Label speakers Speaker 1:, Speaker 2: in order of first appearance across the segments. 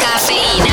Speaker 1: Cafeína.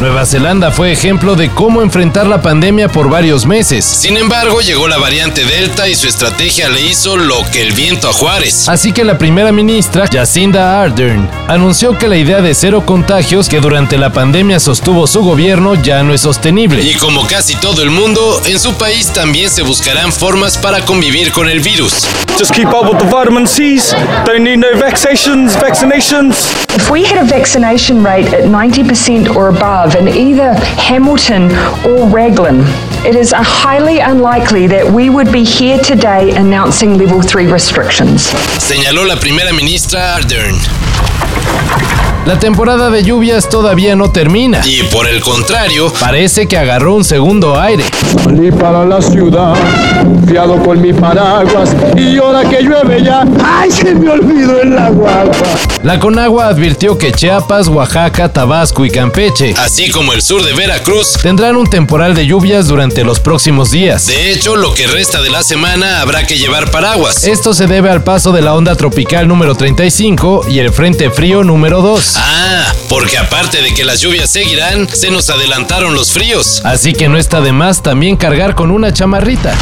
Speaker 2: Nueva Zelanda fue ejemplo de cómo enfrentar la pandemia por varios meses. Sin embargo, llegó la variante Delta y su estrategia le hizo lo que el viento a Juárez. Así que la primera ministra, Jacinda Ardern, anunció que la idea de cero contagios que durante la pandemia sostuvo su gobierno ya no es sostenible. Y como casi todo el mundo, en su país también se buscarán formas para convivir con el virus.
Speaker 3: Just keep up with the vitamin C's. Don't need no vaccinations, vaccinations.
Speaker 4: If we had a vaccination rate at 90% or above in either Hamilton or Raglan, it is highly unlikely that we would be here today announcing level 3 restrictions.
Speaker 2: señaló la primera ministra Ardern. La temporada de lluvias todavía no termina. Y por el contrario, parece que agarró un segundo aire.
Speaker 5: Salí para la ciudad, fiado con mi paraguas, y ahora que llueve ya, ¡ay, se me olvidó el agua!
Speaker 2: La Conagua advirtió que Chiapas, Oaxaca, Tabasco y Campeche, así como el sur de Veracruz, tendrán un temporal de lluvias durante los próximos días. De hecho, lo que resta de la semana habrá que llevar paraguas. Esto se debe al paso de la onda tropical número 35 y el frente frío número 2. Ah, porque aparte de que las lluvias seguirán, se nos adelantaron los fríos. Así que no está de más también cargar con una chamarrita.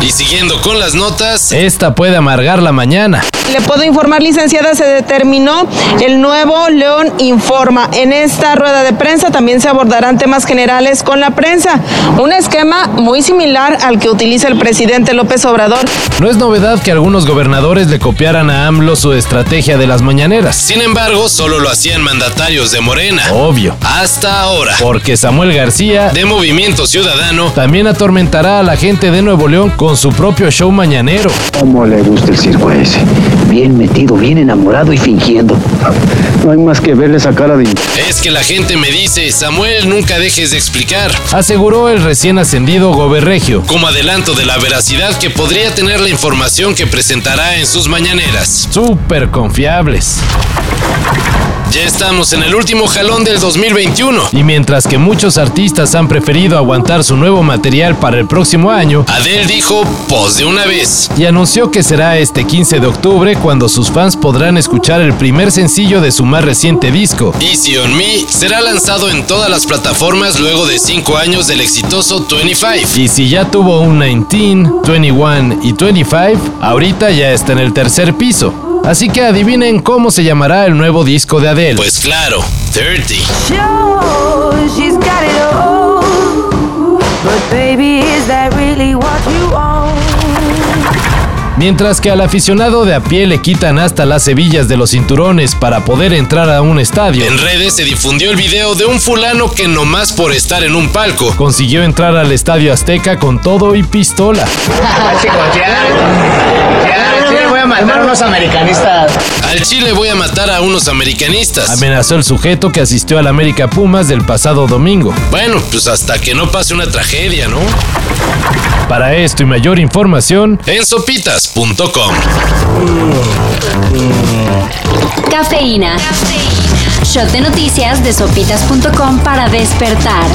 Speaker 2: Y siguiendo con las notas, esta puede amargar la mañana.
Speaker 6: Le puedo informar, licenciada, se determinó el nuevo León Informa. En esta rueda de prensa también se abordarán temas generales con la prensa, un esquema muy similar al que utiliza el presidente López Obrador.
Speaker 2: No es novedad que algunos gobernadores le copiaran a AMLO su estrategia de las mañaneras. Sin embargo, solo lo hacían mandatarios de Morena. Obvio. Hasta ahora. Porque Samuel García, de Movimiento Ciudadano, también atormentará a la gente de Nuevo León con su propio show mañanero.
Speaker 7: ¿Cómo le gusta el circo a ese? Bien metido, bien enamorado y fingiendo.
Speaker 5: No hay más que verle esa cara de...
Speaker 2: Es que la gente me dice, Samuel, nunca dejes de explicar, aseguró el recién ascendido Goberregio, como adelanto de la veracidad que podría tener la información que presentará en sus mañaneras. Súper confiables. Ya estamos en el último jalón del 2021. Y mientras que muchos artistas han preferido aguantar su nuevo material para el próximo año, Adele dijo pos de una vez. Y anunció que será este 15 de octubre cuando sus fans podrán escuchar el primer sencillo de su más reciente disco. Easy on Me será lanzado en todas las plataformas luego de 5 años del exitoso 25. Y si ya tuvo un 19, 21 y 25, ahorita ya está en el tercer piso. Así que adivinen cómo se llamará el nuevo disco de Adele. Pues claro, 30.
Speaker 8: She's got it all. But baby, is that really what you own?
Speaker 2: Mientras que al aficionado de a pie le quitan hasta las hebillas de los cinturones para poder entrar a un estadio. En redes se difundió el video de un fulano que nomás por estar en un palco consiguió entrar al estadio Azteca con todo y pistola. Al Chile voy a matar a unos americanistas. Amenazó el sujeto que asistió al América Pumas del pasado domingo. Bueno, pues hasta que no pase una tragedia, ¿no? Para esto y mayor información en sopitas.com.
Speaker 1: Cafeína. Shot de noticias de sopitas.com para despertar.